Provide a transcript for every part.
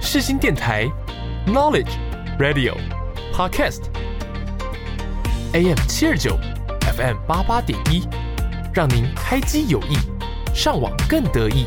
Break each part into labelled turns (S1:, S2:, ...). S1: 世新电台 Knowledge Radio Podcast AM 七二九 FM 八八点一，让您开机有意，上网更得意。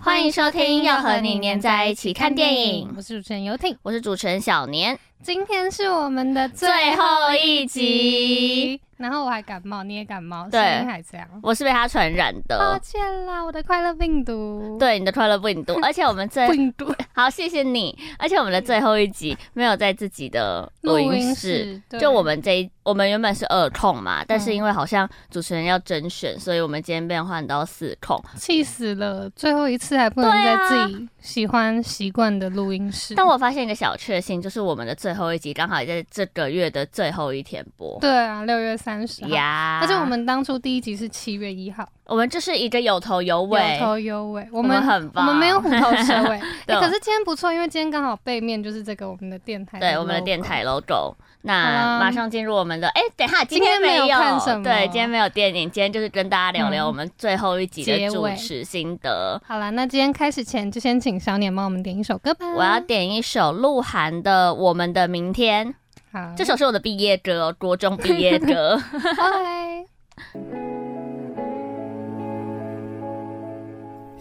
S2: 欢迎收听《要和你黏在一起看电影》，
S3: 我是主持人游艇，
S2: 我是主持人小年。
S3: 今天是我们的
S2: 最后一集，
S3: 然后我还感冒，你也感冒，
S2: 对
S3: 声音还这样，
S2: 我是被他传染
S3: 抱
S2: 的，
S3: 歉啦，我的快乐病毒，
S2: 对你的快乐不引渡，而且我们 最
S3: 病毒
S2: 好谢谢你，而且我们的最后一集没有在自己的录
S3: 录
S2: 音室。
S3: 音室，对嗯
S2: 就我们这一，我们原本是二控嘛，但是因为好像主持人要甄选，所以我们今天变换到四控。
S3: 气死了，最后一次还不能
S2: 对
S3: 在
S2: 啊
S3: 自己喜欢习惯的录音室，
S2: 但我发现一个小确幸，就是我们的最后一集刚好也在这个月的最后一天播
S3: 对啊，六月三十号，
S2: 呀。
S3: 而且我们当初第一集是七月一号，
S2: 我们就是一个有头有尾，
S3: 有头有尾，我
S2: 我
S3: 们
S2: 们很
S3: 我
S2: 棒，
S3: 们没有虎头蛇 尾，
S2: 对
S3: 欸可是今天不错，因为今天刚好背面就是这个我们的电台，
S2: 对我们的电台。logo。那
S3: 好啦
S2: 马上进入我们的，哎、等一下，今
S3: 今天
S2: 没
S3: 没有看什么
S2: 对，今天没有电影，今天就是跟大家聊聊
S3: 嗯
S2: 我们最后一集的
S3: 结
S2: 主
S3: 尾
S2: 持心得。
S3: 好啦，那今天开始前就先请小脸帮我们点一首歌吧。
S2: 我要点一首鹿晗的《我们的明天》，
S3: 好，
S2: 这首是我的毕业歌哦，国中毕业 歌。
S3: 嗨，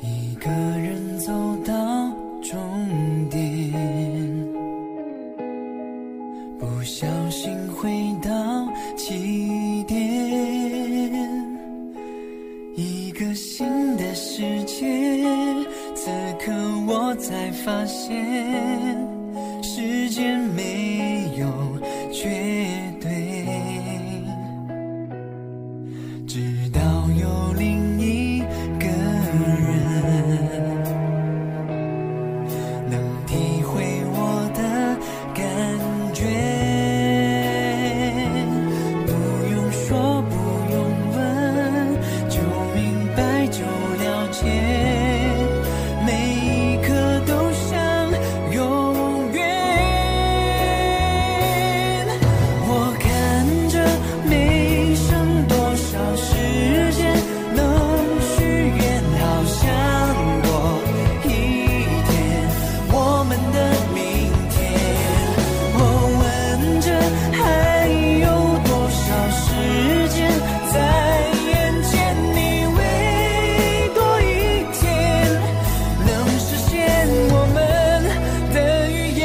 S4: 一个人走到终点，不小心回到起点，一个新的世界，此刻我才发现，时间没有绝对。直到有另一个人能体会我的感觉，不用说，不用问，就明白，就了解，每一刻都像永远。我看着没剩多少时间，能许愿，好想多一点我们的明天。我问着还有多少时间在眼前，你为多一天能实现我们的预言。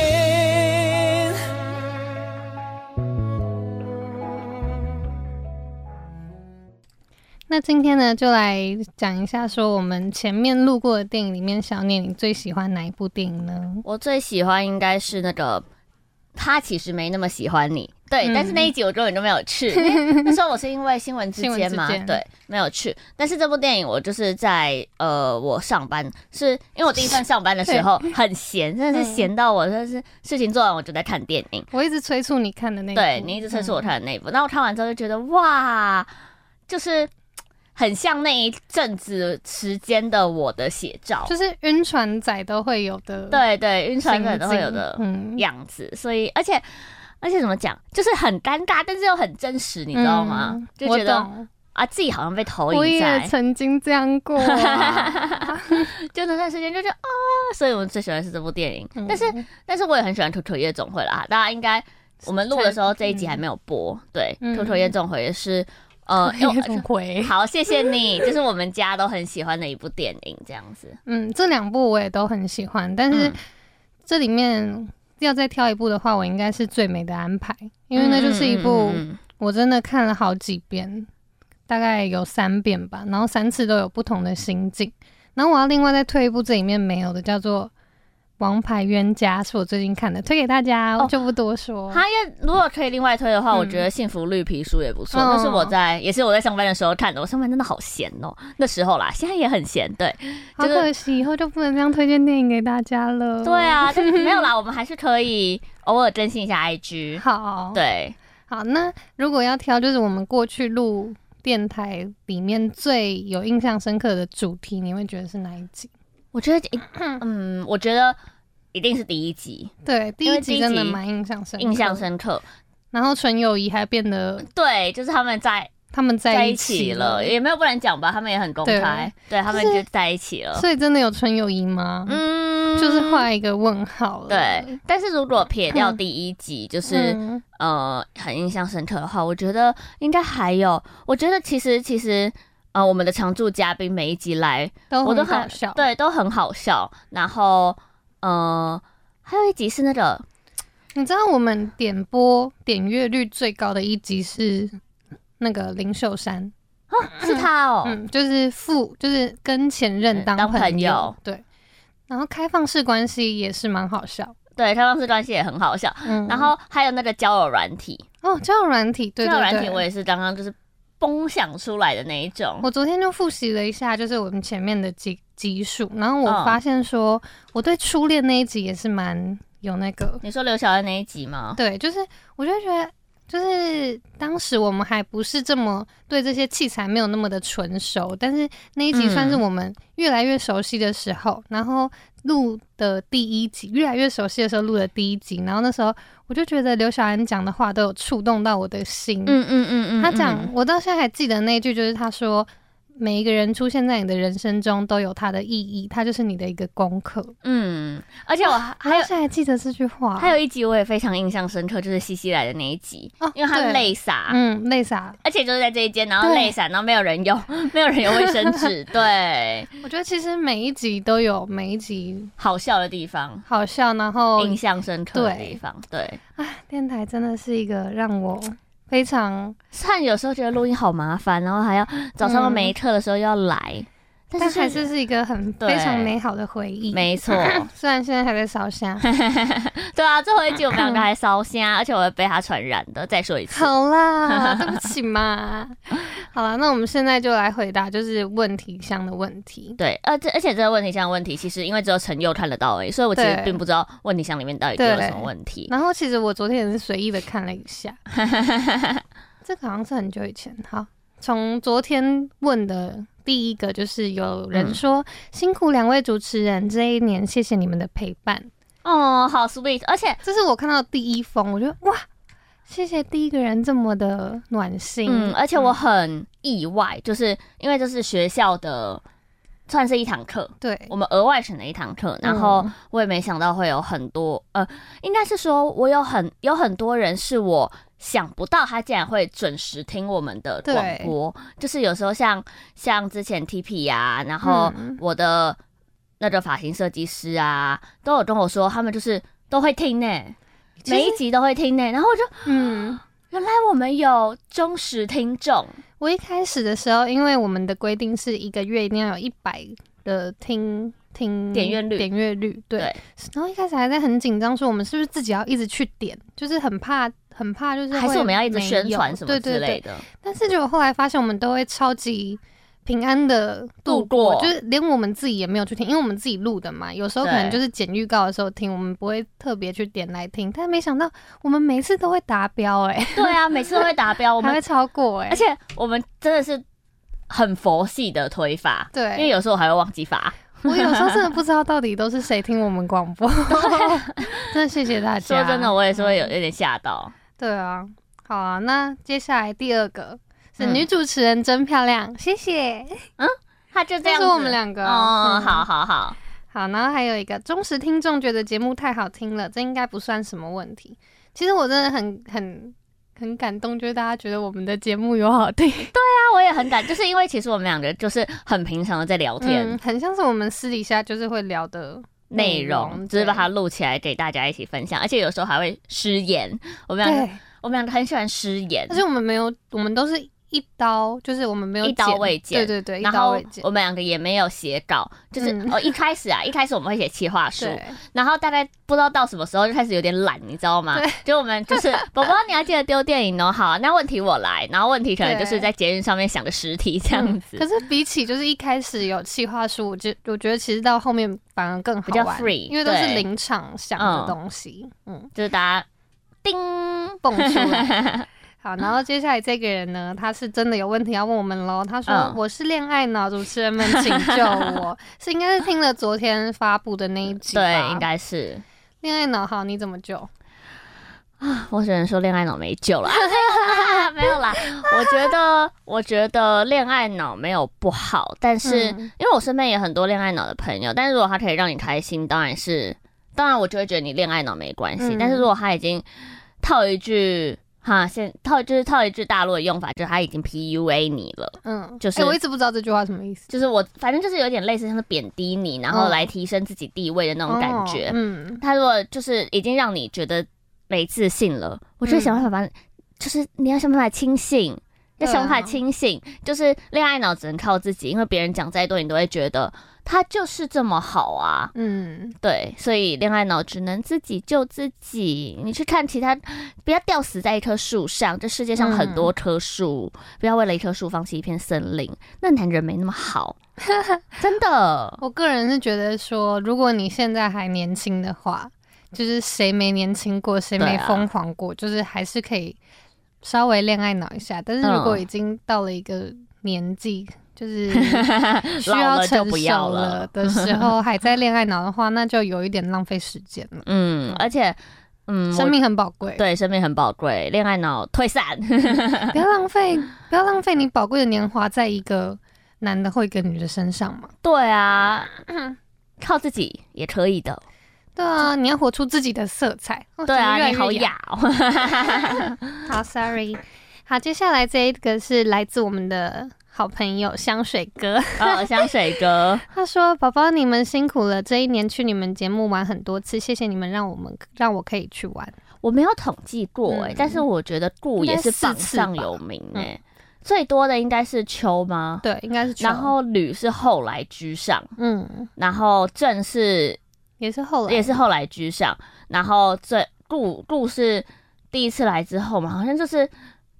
S3: 那今天呢，就来讲一下说我们前面路过的电影里面，小脸你最喜欢哪一部电影呢？
S2: 我最喜欢应该是那个，他其实没那么喜欢你，对，
S3: 嗯
S2: 但是那一集我根本就没有去，因为那时候我是因为新闻之间嘛
S3: 新闻之，间
S2: 对，没有去。但是这部电影我就是在呃，我上班是因为我第一份上班的时 候很闲，真
S3: 嗯
S2: 的是闲到我真的是事情做完我就在看电影，
S3: 我一直催促你看的那一部，
S2: 对你一直催促我
S3: 嗯。
S2: 看的那一部，那我看完之后就觉得哇，就是很像那一阵子时间的我的写照，
S3: 就是晕船仔都会有的，，
S2: 对对，晕船粉都会有的，
S3: 嗯，
S2: 样子，所以而且而且怎么讲，就是很尴尬，但是又很真实，你知道吗？
S3: 嗯
S2: 就
S3: 我
S2: 觉得
S3: 懂，
S2: 啊，自己好像被投
S3: 我
S2: 影
S3: 也
S2: 在，
S3: 曾经这样过啊、
S2: 就那段时间就觉得啊，所以我最喜欢的是这部电影，
S3: 嗯
S2: 但是但是我也很喜欢《土土夜总会》啦，大家应该我们录的时候这一集还没有播，对，
S3: 嗯
S2: 《土土夜总会》也是呃， 因为
S3: 夜总会，
S2: 好，谢谢你，这是我们家都很喜欢的一部电影，这样子。
S3: 嗯，这两部我也都很喜欢，但是
S2: 嗯
S3: 这里面要再挑一部的话，我应该是《最美的安排》，因为那就是一部
S2: 嗯嗯嗯嗯
S3: 我真的看了好几遍，大概有三遍吧，然后三次都有不同的心境。然后我要另外再推一部这里面没有的，叫做《王牌冤家》，是我最近看的，推给大家，
S2: 哦
S3: 我就不多说。
S2: 他要如果可以另外推的话，
S3: 嗯
S2: 我觉得《幸福绿皮书》也不错。
S3: 哦
S2: 那是我在也是我在上班的时候看的。我上班真的好闲哦，那时候啦，现在也很闲。对
S3: 好
S2: 就是
S3: 可惜，以后就不能这样推荐电影给大家了。
S2: 对，啊，但是没 有啦，我们还是可以偶尔更新一下 IG。
S3: 好，
S2: 对，
S3: 好，那如果要挑，就是我们过去录电台里面最有印象深刻的主题，你会觉得是哪一集？
S2: 我觉得，嗯，我觉得一定是第一集
S3: 对，第
S2: 因为
S3: 一
S2: 第一
S3: 集真的
S2: 集
S3: 蛮印象深，
S2: 印象。深刻。
S3: 然后纯友谊还变得
S2: 对，就是他们在
S3: 他们
S2: 在
S3: 在
S2: 一
S3: 一
S2: 起
S3: 起
S2: 了，也没有不能讲吧，他们也很公开，对他们就在一起了。
S3: 所以真的有纯友谊吗？
S2: 嗯
S3: 就是画一个问号了。
S2: 对，但是如果撇掉第一集，就是、
S3: 嗯，
S2: 呃很印象深刻的话，我觉得应该还有，我觉得其实其实呃我们的常驻嘉宾每一集来，
S3: 都
S2: 我都
S3: 很
S2: 很
S3: 好笑。
S2: 对，都很好笑。然后呃还有一集是那个
S3: 你知道我们点播点阅率最高的一集是那个林秀珊，
S2: 是他哦，
S3: 嗯，就是父，就是跟前任
S2: 嗯
S3: 当
S2: 当
S3: 朋
S2: 朋友
S3: 对。然后开放式关系也是蛮好笑，
S2: 对，开放式关系也很好笑。
S3: 嗯，
S2: 然后还有那个交友软体，
S3: 哦，交友软体，对
S2: 交
S3: 对
S2: 友
S3: 对，
S2: 软体我也是刚刚就是崩想出来的那一种。
S3: 我昨天就复习了一下，就是我们前面的集集数，然后我
S2: 嗯
S3: 发现说，我对初恋那一集也是蛮有那个，
S2: 你说刘晓恩那一集吗？
S3: 对，就是我就觉得，就是当时我们还不是这么对这些器材没有那么的纯熟，但是那一集算
S2: 嗯
S3: 是我们越来越熟悉的时候，然后录的第一集，越来越熟悉的时候录的第一集，然后那时候我就觉得刘晓安讲的话都有触动到我的心，
S2: 嗯嗯嗯嗯，
S3: 他
S2: 嗯
S3: 讲，我到现在还记得那一句，就是他说，每一个人出现在你的人生中都有他的意义，他就是你的一个功课。
S2: 嗯，而且我还还
S3: 我到
S2: 有
S3: 现在还记得这句话，
S2: 还有一集我也非常印象深刻，就是西西来的那一集，
S3: 哦
S2: 因为他啊
S3: 对
S2: 泪洒，
S3: 嗯，累傻。
S2: 而且就是在这一间，然后
S3: 对
S2: 泪洒，然后没有人用， 没有人有卫生 纸，对，
S3: 我觉得其实每一集都有每一集
S2: 好笑的地方，
S3: 好笑，然后
S2: 印象深刻的
S3: 哦对
S2: 地方，对。
S3: 哎，电台真的是一个让我非常，
S2: 虽有时候觉得录音好麻烦，然后还要早上
S3: 嗯
S2: 没课的时候又要来，但
S3: 但
S2: 是
S3: 还是是一个很
S2: 对
S3: 非常美好的回忆。
S2: 没错，
S3: 虽然现在还在烧香，
S2: 对啊，最后一集我们两个还烧 香，而且我会被他传染的。再说一次，
S3: 好啦，对不起嘛。好了，那我们现在就来回答就是问题箱的问题。
S2: 对，而这而且这个问题箱的问题，其实因为只有陈佑看得到而已，所以我其实
S3: 对
S2: 并不知道问题箱里面到底丢了
S3: 对
S2: 什么问题。
S3: 然后其实我昨天也是随意的看了一 下，这个好像是很久以前。好，从昨天问的第一个就是有
S2: 嗯
S3: 人说、辛苦两位主持人这一年，谢谢你们的陪伴。
S2: 哦，好 sweet，而且
S3: 这是我看到第一封，我觉得哇，谢谢第一个人这么的暖心。
S2: 嗯，而且我很意外，就是因为这是学校的。算是一堂课，
S3: 对，
S2: 我们额外选了一堂课，然后
S3: 嗯
S2: 我也没想到会有很多，呃，应该是说我有很有很多人是我想不到他竟然会准时听我们的
S3: 对
S2: 广播，就是有时候像像之前 TP 呀、然后
S3: 嗯
S2: 我的那个发型设计师啊，都有跟我说他们就是都会听呢、
S3: 其实
S2: 每一集都会听呢、然后我就
S3: 嗯。
S2: 原来我们有忠实听众，
S3: 我一开始的时候，因为我们的规定是一个月一定要有一百的听听
S2: 点阅率
S3: 点阅率对。
S2: 对
S3: 然后一开始还在很紧张，说我们是不是自己要一直去点，就是很怕很怕，就是
S2: 还是
S3: 会
S2: 我们要一直
S3: 没有
S2: 宣传什么之
S3: 对对
S2: 类
S3: 对。
S2: 的，
S3: 但是结果后来发现，我们都会超级平安的
S2: 度
S3: 度
S2: 过
S3: 就是连我们自己也没有去听，因为我们自己录的嘛，有时候可能
S2: 对
S3: 就是剪预告的时候听，我们不会特别去点来听。但没想到我们每次都会达标、欸，哎，
S2: 对啊，每次都会达标，我
S3: 还
S2: 们
S3: 会超过、欸，哎，
S2: 而且我们真的是很佛系的推法，
S3: 对，啊
S2: 因为有时候我还会忘记罚，
S3: 我有时候真的不知道到底都是谁听我们广播， 真的谢谢大家。
S2: 说真的，我也是会有
S3: 嗯
S2: 有点吓到。
S3: 对啊，好啊。那接下来第二个是
S2: 嗯
S3: 女主持人真漂亮，谢谢。
S2: 他就这样
S3: 这
S2: 子，
S3: 是我们两个
S2: 哦，
S3: 嗯
S2: 好好好，
S3: 好，然后还有一个忠实听众觉得节目太好听了，这应该不算什么问题。其实我真的很很很感动，就是大家觉得我们的节目有好听，
S2: 那啊我也很感，就是因为其实我们两个就是很平常的在聊
S3: 嗯，
S2: 天，
S3: 很像是我们私底下就是会聊的
S2: 内容只是把它
S3: 对
S2: 录起来给大家一起分享，而且有时候还会失言，我们两个
S3: 对，
S2: 我们两个很喜欢失言
S3: 但，是我们没有，我们都是一刀，就是我们没有
S2: 一刀
S3: 剪
S2: 未剪
S3: 对对对，一
S2: 然
S3: 刀
S2: 后
S3: 未剪
S2: 我。们两个也没有写稿，就是
S3: 嗯
S2: 哦一开始啊，一开始我们会写企划书，
S3: 对，
S2: 然后大概不知道到什么时候就开始有点懒，你知道吗
S3: 对？
S2: 就我们就是宝宝，你要记得丢电影哦。好啊，那问题我来，然后问题可能就是在捷运上面想的实体这样子，
S3: 可是比起就是一开始有企划书，我觉我觉得其实到后面反而更好
S2: 比较
S3: 玩
S2: free，
S3: 因为都是
S2: 对
S3: 临场想
S2: 嗯
S3: 的东西，嗯，
S2: 就是大家叮，
S3: 蹦出来。 好，然后接下来这个人呢，他是真的有问题要问我们喽。他说：“
S2: 嗯
S3: 我是恋爱脑，主持人们请救 我。”是应该是听了昨天发布的那一集吧
S2: 对，应该是。
S3: 恋爱脑好，你怎么救？
S2: 我只能说恋爱脑没救了，啦， 没有啦。我觉得，我觉得恋爱脑没有不好，但是、
S3: 嗯
S2: 因为我身边也很多恋爱脑的朋友，但是如果他可以让你开心，当然是，当然我就会觉得你恋爱脑没关系。
S3: 嗯
S2: 但是如果他已经套一句哈，现套就是套一句大陆的用法，就是他已经 PUA 你了。
S3: 嗯，
S2: 就是
S3: 哎我一直不知道这句话什么意思，
S2: 就是我，反正就是有点类似像是贬低你，然后
S3: 哦
S2: 来提升自己地位的那种感觉。
S3: 哦嗯，
S2: 他如果就是已经让你觉得没自信了，我
S3: 嗯
S2: 就想办法把你，就是你要想办法清醒，要
S3: 对啊
S2: 想办法清醒。就是恋爱脑只能靠自己，因为别人讲再多，你都会觉得他就是这么好啊。
S3: 嗯，
S2: 对，所以恋爱脑只能自己救自己。你去看其他，不要吊死在一棵树上。这世界上很
S3: 嗯
S2: 多棵树，不要为了一棵树放弃一片森林。那男人没那么 好，真的。
S3: 我个人是觉得说，如果你现在还年轻的话，就是谁没年轻过，谁
S2: 对
S3: 没
S2: 啊
S3: 疯狂过，就是还是可以稍微恋爱脑一下。但是如果
S2: 嗯
S3: 已经到了一个年纪，就是 需
S2: 老
S3: 要
S2: 了就
S3: 成
S2: 不要
S3: 熟
S2: 了
S3: 了的时候，还在恋爱脑的话，那就有一点浪费时间了。
S2: 嗯，而且，嗯，我
S3: 生命很宝贵，
S2: 对，生命很宝贵，恋爱脑退散。
S3: 不要浪费，不要浪费你宝贵的年华在一个男的或一个女的身上嘛。
S2: 对啊，靠自己也可以的。
S3: 对啊，你要活出自己的色彩。哦
S2: 对
S3: 怎么越
S2: 啊，
S3: 来
S2: 你
S3: 越
S2: 好
S3: 哑
S2: 哑 哦。
S3: 好，sorry。好，接下来这一个是来自我们的好朋友香水哥，
S2: 哦，香水哥，
S3: 他说：“宝宝，你们辛苦了，这一年去你们节目玩很多次，谢谢你们让我们让我可以去玩。
S2: 我没有统计过哎、
S3: 嗯
S2: 但是我觉得顾也是
S3: 应该四
S2: 榜
S3: 次
S2: 上
S3: 吧
S2: 有名哎、最多的应该是秋吗？
S3: 对，应该是去
S2: 然后吕是后来居上，
S3: 嗯，
S2: 然后郑是
S3: 也是后来
S2: 也是后来居上，然后最顾顾是第一次来之后嘛，好像就是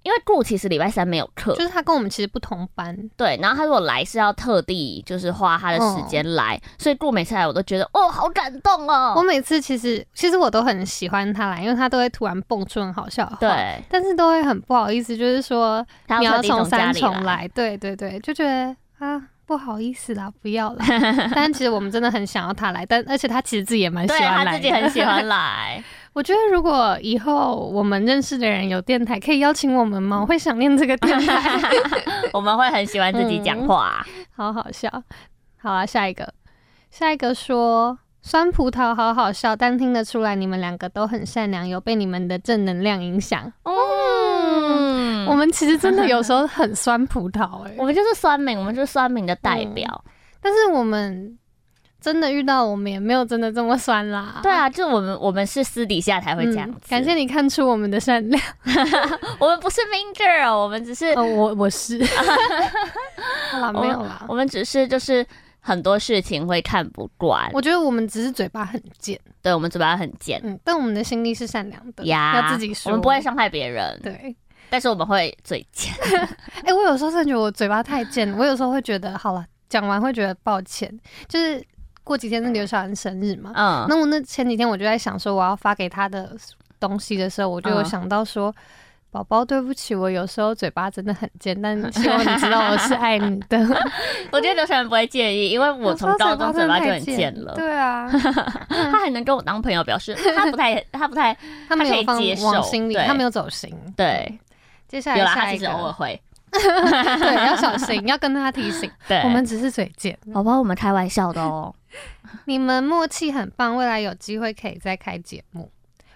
S2: 因为顾其实礼拜三没有课
S3: 就，是他跟我们其实不同班，
S2: 对，然后他如果来是要特地就是花他的
S3: 嗯
S2: 时间来，所以顾每次来我都觉得哦好感动
S3: 我
S2: 哦，
S3: 每次其实其实我都很喜欢他啦，因为他都会突然蹦出很好笑的话，，
S2: 对，
S3: 但是都会很不好意思，就是说
S2: 他
S3: 你
S2: 特
S3: 要
S2: 地从
S3: 从
S2: 家
S3: 三
S2: 里
S3: 重，来，对对对，就觉得啊不好意思啦，不 要啦。但其实我们真的很想要他来，但而且他其实自己也蛮喜
S2: 对
S3: 欢
S2: 他
S3: 来，
S2: 自己很喜。欢 来，
S3: 我觉得如果以后我们认识的人有电台，可以邀请我们吗？我会想念这个电台，
S2: 我们会很喜欢自己
S3: 嗯
S2: 讲话，
S3: 好好笑。好啊，下一个，下一个说。酸葡萄好好笑，但听得出来你们两个都很善良，有被你们的正能量影响。
S2: 嗯，
S3: 我们其实真的有时候很酸葡萄哎、
S2: 我们就是酸民，我们就是酸民的代表，
S3: 但是我们真的遇到，我们也没有真的这么酸啦。
S2: 对，啊，就我们我们是私底下才会这样子，
S3: 嗯感谢你看出我们的善 良。
S2: 我们不是 mean girl，我们只是、
S3: 哦，我 我是，好啦，没有啦
S2: 我。们只是就是很多事情会看不惯，
S3: 我觉得我们只是嘴巴很贱，
S2: 对我们嘴巴很贱
S3: 嗯，但我们的心地是善良的，
S2: 呀，
S3: 要自己说。
S2: 我们不会。伤害别人，
S3: 对，
S2: 但是我们会嘴 贱。
S3: 哎、我有时候真的觉得我嘴巴太贱 了，我有时候会觉得，好了，讲完会觉得抱歉。就是过几天是刘晓恩生日嘛，
S2: 嗯，
S3: 那我那前几天我就在想说，我要发给他的东西的时候，我就有
S2: 嗯
S3: 想到说，宝宝、对不起，我有时候嘴巴真的很贱， 但希望你知道我是爱你的。
S2: 我觉得刘璇不会介意，因为 我从高中嘴巴就很贱了。
S3: 对啊，
S2: 他还能跟我当朋友，表示他不太，他不太
S3: 他没
S2: 可
S3: 有
S2: 以
S3: 放
S2: 接受
S3: 往心里，
S2: 对
S3: 他没有走心。
S2: 对。
S3: 接下
S2: 有
S3: 来
S2: 啦，他
S3: 下
S2: 其
S3: 一
S2: 实偶尔
S3: 个，
S2: 会。
S3: 对，要小心，要跟他提醒，
S2: 对，
S3: 我们只是嘴贱。
S2: 宝宝，我们开玩笑的哦。
S3: 你们默契很棒，未来有机会可以再开节目。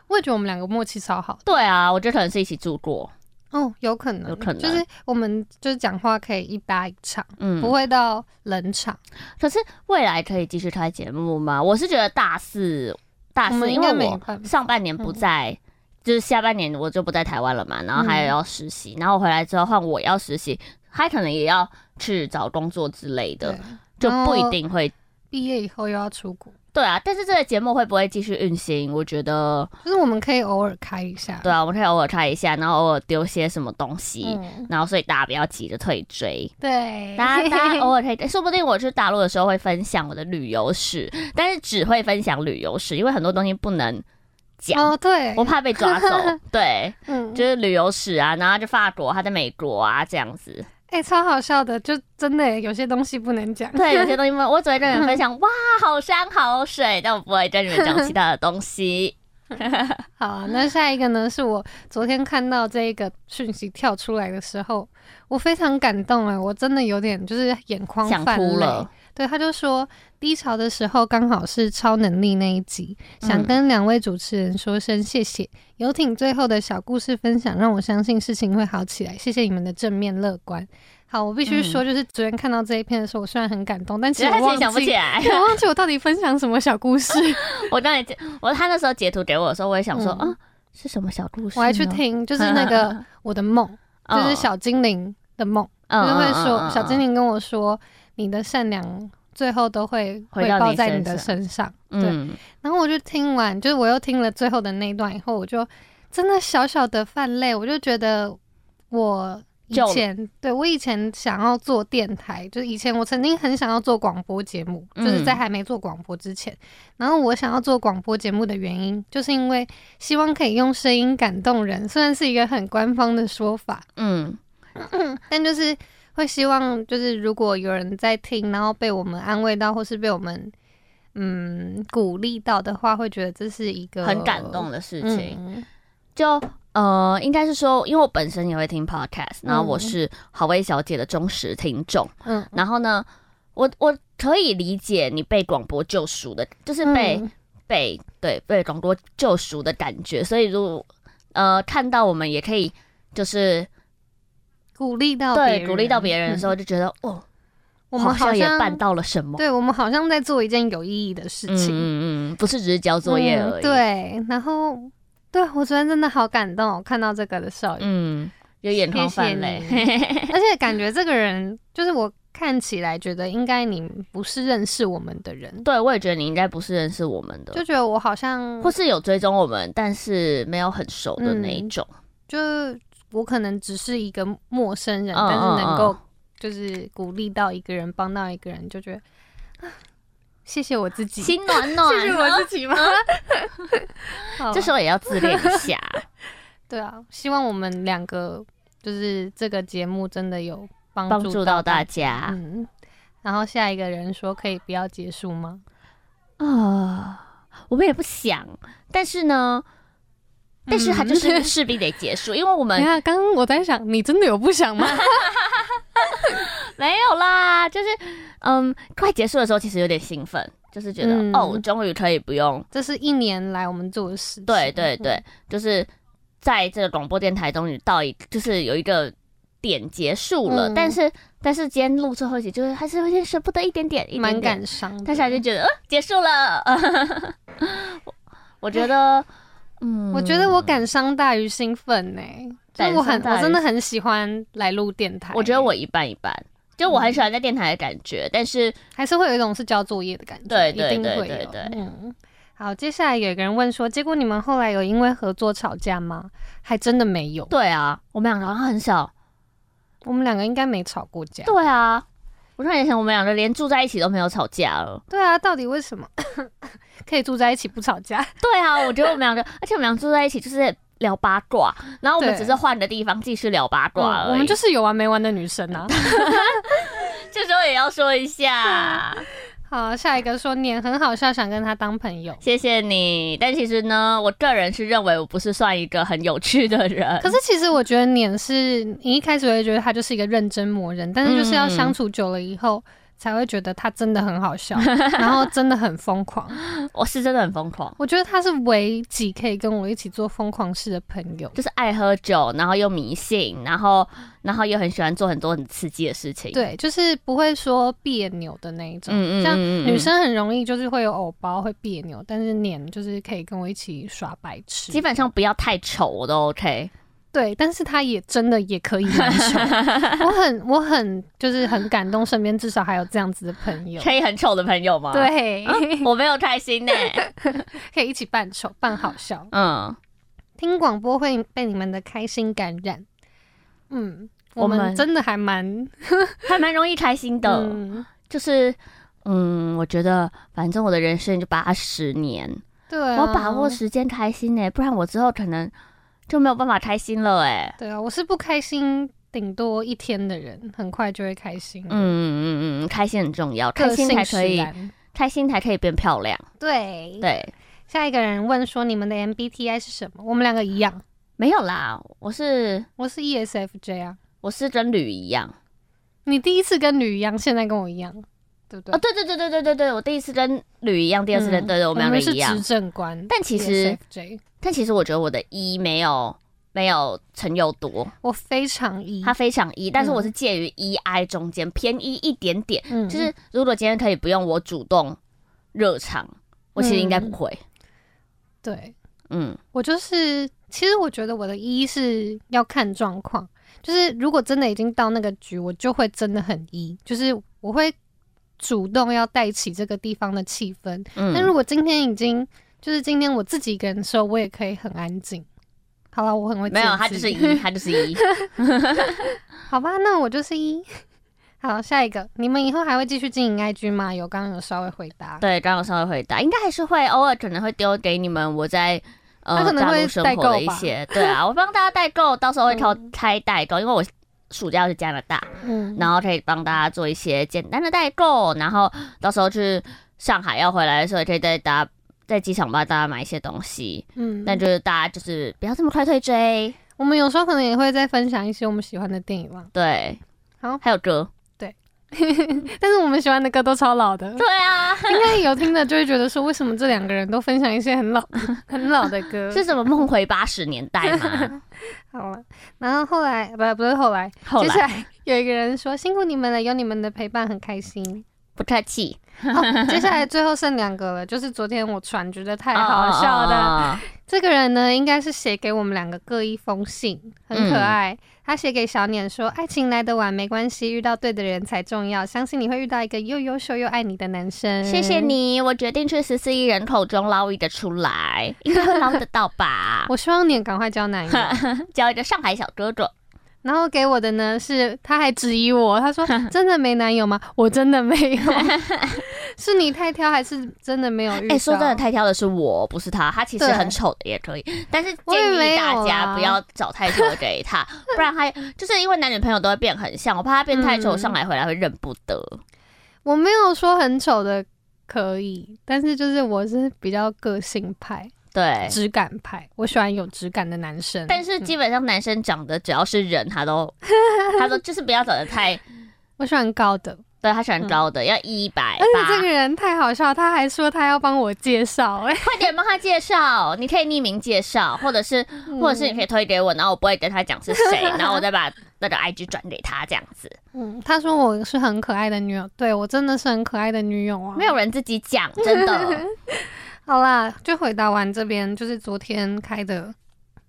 S3: 我也觉得我们两个默契超好的
S2: 对啊，我觉得可能是一起住过。
S3: 哦，有可能，
S2: 有可能
S3: 就是我们就是讲话可以一搭一唱，
S2: 嗯，
S3: 不会到冷场。
S2: 可是未来可以继续开节目吗？我是觉得大四，大
S3: 我
S2: 四，
S3: 们
S2: 因
S3: 应该
S2: 为
S3: 没
S2: 我
S3: 办法嗯
S2: 上半年不在，就是下半年我就不在台湾了嘛，然后还有要实习，然后我回来之后换我要实习，他可能也要去找工作之类的
S3: 对，，
S2: 就
S3: 然
S2: 不一
S3: 后
S2: 定会
S3: 毕业以后又要出国，
S2: 对啊，但是这个节目会不会继续运行？我觉得，
S3: 就是我们可以偶尔开一下。
S2: 对啊，我们可以偶尔看一下，然后偶尔丢些什么东西，
S3: 嗯，
S2: 然后所以大家不要急着退追，
S3: 对，
S2: 大家大家偶尔可以，说不定我去大陆的时候会分享我的旅游史，但是只会分享旅游史，因为很多东西不能讲。
S3: 哦，对，
S2: 我怕被抓 走，对，
S3: 嗯，
S2: 就是旅游史啊，然后就法国，他在美国啊，这样 子。
S3: 哎、超好笑的，就真的耶有些东西不能讲。
S2: 对，有些 东西我我只会跟你们分享，哇，好山好水，但我不会跟你们讲其他的东西。
S3: 好啊，那下一个呢？是我昨天看到这个讯息跳出来的时候，我非常感动啊！我真的有点就是眼眶
S2: 想
S3: 泛
S2: 哭
S3: 泪。
S2: 了，
S3: 对，他就说低潮的时候刚好是超能力那一集，
S2: 嗯
S3: 想跟两位主持人说声谢谢。游艇最后的小故事分享，让我相信事情会好起来。谢谢你们的正面乐观。好，我必须说，就是昨天看到这一篇的时候，我虽然很感动，但其
S2: 其
S3: 实
S2: 实嗯他
S3: 我
S2: 自
S3: 忘
S2: 己想不起
S3: 记，
S2: 来。
S3: 我忘记我到底分享什么小 故事，
S2: 我当然，我他那时候截图给我的时候，我也想说，
S3: 嗯
S2: 啊，是哦什么小故事呢？
S3: 我还去听，就是那个 我的梦，
S2: 嗯，
S3: 就是小精灵的梦。
S2: 嗯，
S3: 就是
S2: 嗯
S3: 会
S2: 嗯
S3: 说
S2: 嗯
S3: 小精灵跟我说，你的善良最后都会
S2: 回
S3: 回
S2: 到
S3: 报
S2: 你
S3: 在
S2: 身
S3: 你的
S2: 上
S3: 身上。对，
S2: 嗯，
S3: 然后我就听完，就是我又听了最后的那一段以后，我就真的小小的泛泪，我就觉得我。以
S2: 救了
S3: 前对我以前想要做电台，就是以前我曾经很想要做广播节目，就是在
S2: 嗯
S3: 还没做广播之前。然后我想要做广播节目的原因，就是因为希望可以用声音感动人，虽然是一个很官方的说法，
S2: 嗯，
S3: 但就是会希望，就是如果有人在听，然后被我们安慰到，或是被我们嗯鼓励到的话，会觉得这是一个
S2: 很感动的事情。
S3: 嗯
S2: 就呃，应该是说，因为我本身也会听 podcast，然后我
S3: 嗯
S2: 是好味小姐的忠实听众，
S3: 嗯，
S2: 然后呢，我我可以理解你被广播救赎的，就是被、
S3: 嗯
S2: 被对被广播救赎的感觉，所以如果呃看到我们也可以就是
S3: 鼓励到别
S2: 对
S3: 人
S2: 鼓励到别人的时候，
S3: 嗯
S2: 就觉得、哦，
S3: 我们
S2: 好
S3: 像
S2: 也办，到了什 么，
S3: 对我们好像在做一件有意义的事
S2: 嗯
S3: 情，
S2: 嗯嗯，不是只是交作业
S3: 嗯
S2: 而已，，
S3: 对，然后对我昨天真的好感动哦，看到这个的时候，
S2: 嗯，有眼眶
S3: 谢谢
S2: 泛泪，
S3: 你而且感觉这个人就是我看起来觉得应该你不是认识我们的人，
S2: 对我也觉得你应该不是认识我们的
S3: 就，觉得我好像
S2: 或是有追踪我们，但是没有很熟的那一
S3: 嗯
S2: 种，
S3: 就是我可能只是一个陌生人，
S2: 嗯
S3: 但是能
S2: 嗯
S3: 够就是鼓励到一个人，帮到一个人，就觉得啊谢谢我自己，谢
S2: 心暖暖， 哦
S3: 谢我自己吗？ 好啊
S2: 嗯这时候也要自恋一下。
S3: 对啊，希望我们两个就是这个节目真的有 帮
S2: 帮
S3: 助
S2: 助到大
S3: 大
S2: 家
S3: 嗯，然后下一个人说可以不要结束吗？
S2: 啊、
S3: 嗯
S2: 我们也不想，但是呢，但是它就是
S3: 嗯
S2: 势必得结束，因为我
S3: 等一
S2: 们
S3: 下，刚刚我在想，你真的有不想 吗？
S2: 没有啦，就是嗯，快结束的时候其实有点兴奋，就是觉得、
S3: 嗯
S2: 哦，终于可以不用，
S3: 这是一年来我们做的事情。
S2: 对对对，
S3: 嗯
S2: 就是在这个广播电台终于到一，就是有一个点结束了，
S3: 嗯
S2: 但是但是今天录最后一集，就是还是有点舍不得一点点，一点
S3: 嗯，蛮
S2: 点
S3: 感伤的。
S2: 但是还是觉得、呃、结束了。 我我觉得，嗯，
S3: 我觉得我感伤大于兴奋呢、欸就是我
S2: 感伤
S3: 很，
S2: 大于
S3: 我真的很喜欢来录电台。
S2: 我觉得我一半一半，就我很喜欢在电台的感觉，但是
S3: 还是会有一种是交作业的感觉，
S2: 对
S3: 一定
S2: 对
S3: 会
S2: 对
S3: 有
S2: 对对
S3: 嗯。好，接下来有一个人问说，结果你们后来有因为合作吵架吗？还真的没有，
S2: 对啊，我们两个好像很少，
S3: 我们两个应该没吵过架。
S2: 对啊，我突然间想，我们两个连住在一起都没有吵架了。
S3: 对啊，到底为什么 可以住在一起不吵架？
S2: 对啊，我觉得我们两个，而且我们俩住在一起就是聊八卦，然后我们
S3: 对
S2: 只是换个地方继续聊八卦而已、
S3: 嗯我们就是有完没完的女生 啊。
S2: 这时候也要说一 下，
S3: 好，下一个说你很好笑，想跟他当朋友。
S2: 谢谢你。但其实呢，我个人是认为我不是算一个很有趣的人，
S3: 可是其实我觉得碾是你一开始会觉得他就是一个认真磨人，但是就是
S2: 嗯
S3: 要相处久了以后。才会觉得他真的很好笑，然后真的很疯狂。
S2: 我是真的很疯狂，
S3: 我觉得他是唯几可以跟我一起做疯狂事的朋友。
S2: 就是爱喝酒，然后又迷信，然后然后又很喜欢做很多很刺激的事情。
S3: 对，就是不会说别扭的那一种。
S2: 嗯，嗯嗯
S3: 像
S2: 嗯
S3: 女生很容易就是会有偶包会别扭，但是碾就是可以跟我一起耍白痴。
S2: 基本上不要太丑我都 OK。
S3: 对，但是他也真的也可以 蛮丑。我很我很就是很感动，身边至少还有这样子的朋友。
S2: 可以很丑的朋友吗？，
S3: 对，
S2: 我没有开 心呢、
S3: 可以一起扮丑、扮好笑。
S2: 嗯，
S3: 听广播会被你们的开心感染。嗯，我
S2: 我
S3: 们
S2: 们
S3: 真的还蛮
S2: 还蛮容易开心的。
S3: 嗯，
S2: 就是，嗯，我觉得反正我的人生就八十年，
S3: 对、
S2: 我
S3: 啊，
S2: 要把握。时间开心呢、不然我之后可能就没有办法开心了哎、
S3: 对啊，我是不开心，顶多一天的人，很快就会开心。嗯，
S2: 嗯嗯嗯嗯，开心很重要，开
S3: 个
S2: 心
S3: 性
S2: 才可
S3: 使
S2: 以，
S3: 然。嗯
S2: 开心才可以变漂亮。
S3: 对，
S2: 对，
S3: 下一个人问说你们的 MBTI 是什么？我们两个一样，
S2: 没有啦，我是
S3: 我是 ESFJ 啊。
S2: 我是跟吕一样。
S3: 你第一次跟女一样，现在跟我一样，对不对？
S2: 哦，对对对对对对对，我第一次跟吕一样，第二次跟
S3: 嗯
S2: 对对，我们两个一样
S3: 是。执政官，E
S2: 但其实
S3: ESFJ
S2: 但其实我觉得我的一没有没有陈佑多，
S3: 我非常 E，
S2: 他非常一，但是
S3: 嗯
S2: 我是介于一 I 中间，偏一一点点。
S3: 嗯
S2: 就是如果今天可以不用我主动热场，我其实应该
S3: 嗯
S2: 不会。
S3: 对
S2: 嗯
S3: 我就是，其实我觉得我的 E 是要看状况，就是如果真的已经到那个局，我就会真的很 E，就是我会主动要带起这个地方的气氛。
S2: 嗯，
S3: 但如果今天已经就是今天我自己一个人的时候，我也可以很安静。好了，我很会
S2: 没有，
S3: 自
S2: 他
S3: 制
S2: 就是 一，他就是一。
S3: 好吧，那我就是一。 好，下一个，你们以后还会继续经营 IG 吗？有，刚刚有稍微回答，
S2: 对，刚刚稍微回答，应该还是会偶尔可能会丢给你们我在呃
S3: 他可能
S2: 大陆
S3: 会
S2: 生
S3: 代
S2: 活
S3: 购
S2: 的一
S3: 吧
S2: 些，对 啊，我帮大家代购，到时候会靠
S3: 嗯
S2: 开代购，因为我暑假要去加拿大，
S3: 嗯，
S2: 然后可以帮大家做一些简单的代购，然后到时候去上海要回来的时候，也可以带大家在机场帮大家买一些东西，
S3: 嗯，
S2: 但就是大家就是不要这么快退追，
S3: 我们有时候可能也会再分享一些我们喜欢的电影啦，
S2: 对，
S3: 好
S2: 还有歌，
S3: 但是我们喜欢的歌都超老的，
S2: 对啊，
S3: 应该有听 的就会觉得说，为什么这两个人都分享一些 很老、很老的 歌？
S2: 是什么梦回八十年代 嘛？
S3: 好了，然后后来不不是后来，
S2: 后
S3: 接
S2: 来
S3: 下来有一个人说辛苦你们了，有你们的陪伴很开 心。
S2: 不客气，
S3: 哦、接下来最后剩两个了，就是昨天我传觉得太好笑了。
S2: 了，
S3: 这个人呢，应该是写给我们两个各一封信，很可爱。他写给小脸说：“爱情来得晚没关系，遇到对的人才重要。相信你会遇到一个又优秀又爱你的男生。”
S2: 哦谢谢。你，
S3: 嗯
S2: 我决定去十四亿人口中捞一个出 来，应该会捞得到吧？
S3: 我希望你赶快交 男友。
S2: 交一个上海小哥哥，
S3: 然后给我的呢是，他还质疑我，他说：“真的没男友吗？”我真的没有， 是你太挑还是真的没有遇
S2: 哎、
S3: 到？
S2: 说真的，太挑的是我，不是他。他其实
S3: 对
S2: 很丑的也可以，但是
S3: 我也
S2: 建
S3: 没
S2: 议
S3: 有啊
S2: 大家
S3: 啦
S2: 不要找太丑的给 他，不然他就是因为男女朋友都会变很像，我怕他变太丑，
S3: 嗯
S2: 上来回来会认不得。
S3: 我没有说很丑的可以，但是就是我是比较个性派、
S2: 对，
S3: 质感派，我喜欢有质感的男生。
S2: 但是基本上男生长得只要是人，他 都他都就是不要长得太，
S3: 我喜欢高的，
S2: 对他喜欢高的，要一百
S3: 而且
S2: 八
S3: 嗯哎这个，人太好笑，他还说他要帮我介绍、哎，
S2: 快点帮他介绍，你可以匿名介绍，或者是
S3: 嗯
S2: 或者是你可以推给我，然后我不会跟他讲是 谁，然后我再把那个 IG 转给他这样子，
S3: 嗯，他说我是很可爱的女友，对我真的是很可爱的女友啊。
S2: 没有人自己讲，真 的。
S3: 好啦，就回答完这边，就是昨天开的，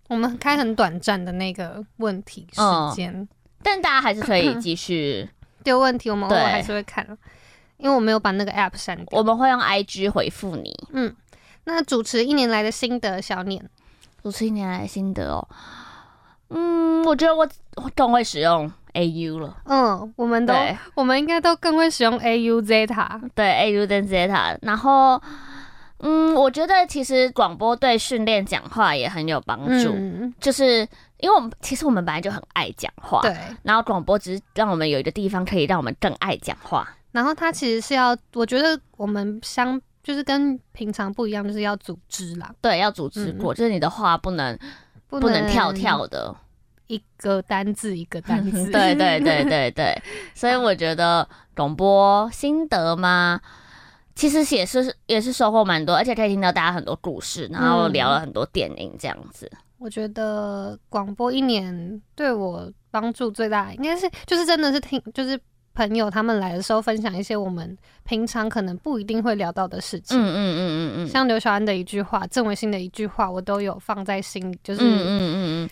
S3: 我们开很短暂的那个问题时间、
S2: 但大家还是可以继 续，
S3: 丢问题，我们偶尔
S2: 对
S3: 还是会看，因为我没有把那个 app 删
S2: 我
S3: 掉。
S2: 们会用 IG 回复你。
S3: 嗯，那主持一年来的心得小念，
S2: 主持一年来的心得哦，嗯，我觉得我我更会使用 AU 了，
S3: 嗯，我们都
S2: 对
S3: 我们应该都更会使用 AU Zeta，
S2: 对 AU 跟 Zeta，然后。嗯，我觉得其实广播对训练讲话也很有帮助，
S3: 嗯，
S2: 就是因为我们其实我们本来就很爱讲话，
S3: 对。
S2: 然后广播只是让我们有一个地方可以让我们更爱讲话，
S3: 然后它其实是要，我觉得我们相就是跟平常不一样，就是要组织啦，
S2: 对，要组织过，就是你的话不能
S3: 嗯不
S2: 不能跳跳 的，
S3: 一个单字一个单字，
S2: 对对对对对，所以我觉得广播心得嘛，其实也是也是收获蛮多，而且可以听到大家很多故事，然
S3: 嗯
S2: 后聊了很多电影这样子。
S3: 我觉得广播一年对我帮助最大，应该是就是真的是听，就是朋友他们来的时候分享一些我们平常可能不一定会聊到的事
S2: 嗯
S3: 情，
S2: 嗯嗯嗯嗯，
S3: 像刘小安的一句话，郑维新的一句话，我都有放在心里，就
S2: 嗯
S3: 是、
S2: 嗯嗯嗯，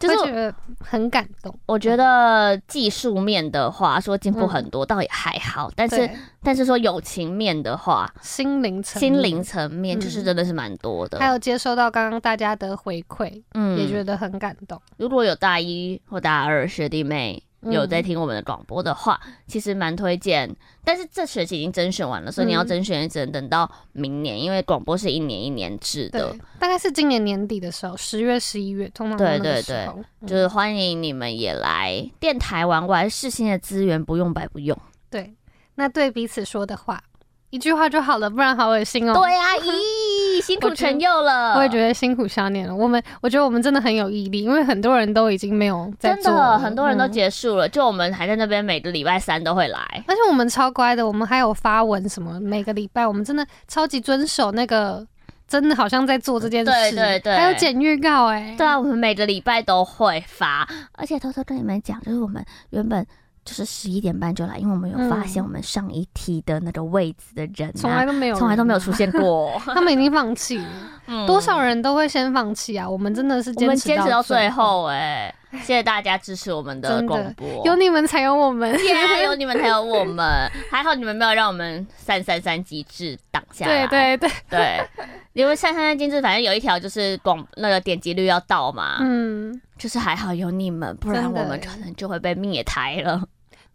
S2: 就
S3: 会觉
S2: 是
S3: 得很感动。
S2: 我觉得技术面的话说进步很多，倒也还好，但是
S3: 嗯对
S2: 但是说友情面的话，
S3: 心灵层面
S2: 心灵层面就是
S3: 嗯
S2: 真的是蛮多的。
S3: 还有接收到刚刚大家的回馈，
S2: 嗯
S3: 也觉得很感动。
S2: 如果有大一或大二学弟妹
S3: 嗯
S2: 有在听我们的广播的话，其实蛮推荐。但是这学期已经甄选完了，所以你要
S3: 嗯
S2: 甄选也只能等到明年，因为广播是一年一年制
S3: 对
S2: 的。，
S3: 大概是今年年底的时候，十月、十一月，通常都
S2: 对
S3: 那个
S2: 对
S3: 时
S2: 对
S3: 候嗯
S2: 就是欢迎你们也来电台玩玩，世新的资源不用白不用。
S3: 对，那对彼此说的话，一句话就好了，不然好恶心哦。
S2: 对啊，咦，辛苦陈佑了。
S3: 我也觉得辛苦小年了。我们我觉得我们真的很有毅力，因为很多人都已经没有在
S2: 真
S3: 做了
S2: 的很多人都
S3: 嗯
S2: 结束了，就我们还在那边，每个礼拜三都会来。
S3: 而且我们超乖的，我们还有发文什么，每个礼拜我们真的超级遵守那个，真的好像在做这件事，
S2: 对对对
S3: 还有剪预告哎、
S2: 对啊，我们每个礼拜都会发，而且偷偷跟你们讲，就是我们原本就是十一点半就来，因为我们有发现
S3: 嗯
S2: 我们上一梯的那个位置的人
S3: 从来
S2: 啊，
S3: 都没有人，
S2: 从来都没有出现过，
S3: 他们已经放弃了，
S2: 嗯
S3: 多少人都会先放弃啊！我们真的是
S2: 我们
S3: 持
S2: 坚持
S3: 到
S2: 到最，后哎、谢谢大家支持我们的
S3: 真的
S2: 广播，
S3: 有你们才有我们。
S2: 耶有你们才有我们，还好你们没有让我们三三三机制挡下来，啊
S3: 对对对，
S2: 对，因为三三三机制反正有一条就是广那个点击率要到嘛，
S3: 嗯，
S2: 就是还好有你们，不然
S3: 真的欸
S2: 我们可能就会被灭台了。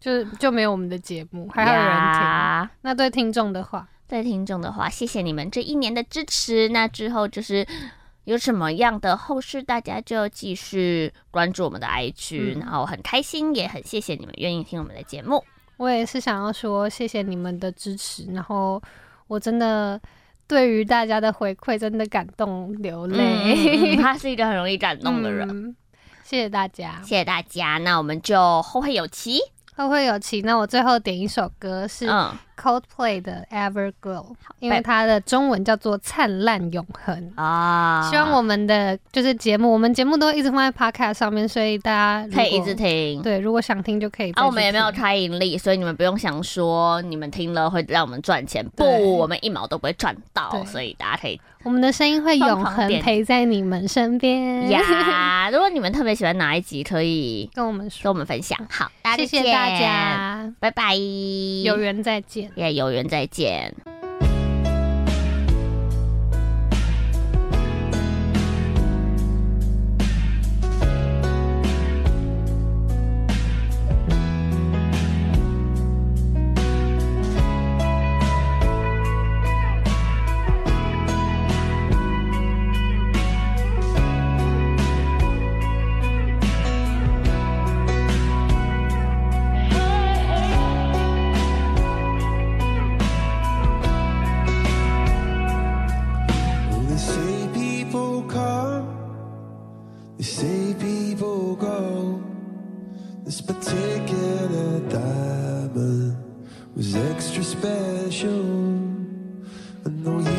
S3: 就就没有我们的节目，还好有人听。
S2: 呀
S3: 那对听众的话，
S2: 对听众的话，谢谢你们这一年的支持。那之后就是有什么样的后事，大家就继续关注我们的 IG、
S3: 嗯
S2: 然后很开心，也很谢谢你们愿意听我们的节目。
S3: 我也是想要说谢谢你们的支持，然后我真的对于大家的回馈真的感动流泪。
S2: 嗯嗯他是一个很容易感动的人。
S3: 嗯谢谢大家，
S2: 谢谢大家，那我们就后会有期。
S3: 后会有期。那我最后点一首歌是
S2: 嗯，
S3: Coldplay 的 Everglow，因为
S2: 拜
S3: 它的中文叫做《灿烂永恒》。
S2: 啊，
S3: 希望我们的就是节目，我们节目都一直放在 Podcast 上面，所以大家如
S2: 可以一
S3: 果
S2: 直听。
S3: 对，如果想听就可以再去听。
S2: 啊，我们也没有开盈利，所以你们不用想说你们听了会让我们赚钱，
S3: 对
S2: 不，我们一毛都不会赚到，
S3: 对
S2: 所以大家可以
S3: 我们的声音会永
S2: 疯狂
S3: 恒
S2: 点
S3: 陪在你们身边。
S2: 呀。如果你们特别喜欢哪一集，可以
S3: 跟我们
S2: 跟
S3: 说
S2: 我，们分享。好，大家
S3: 谢谢
S2: 见
S3: 大，家，
S2: 拜拜，
S3: 有
S2: 有
S3: 缘再见。
S2: 也有缘再见。
S5: Well, they say people come, they say people go. This particular diamond was extra special. And though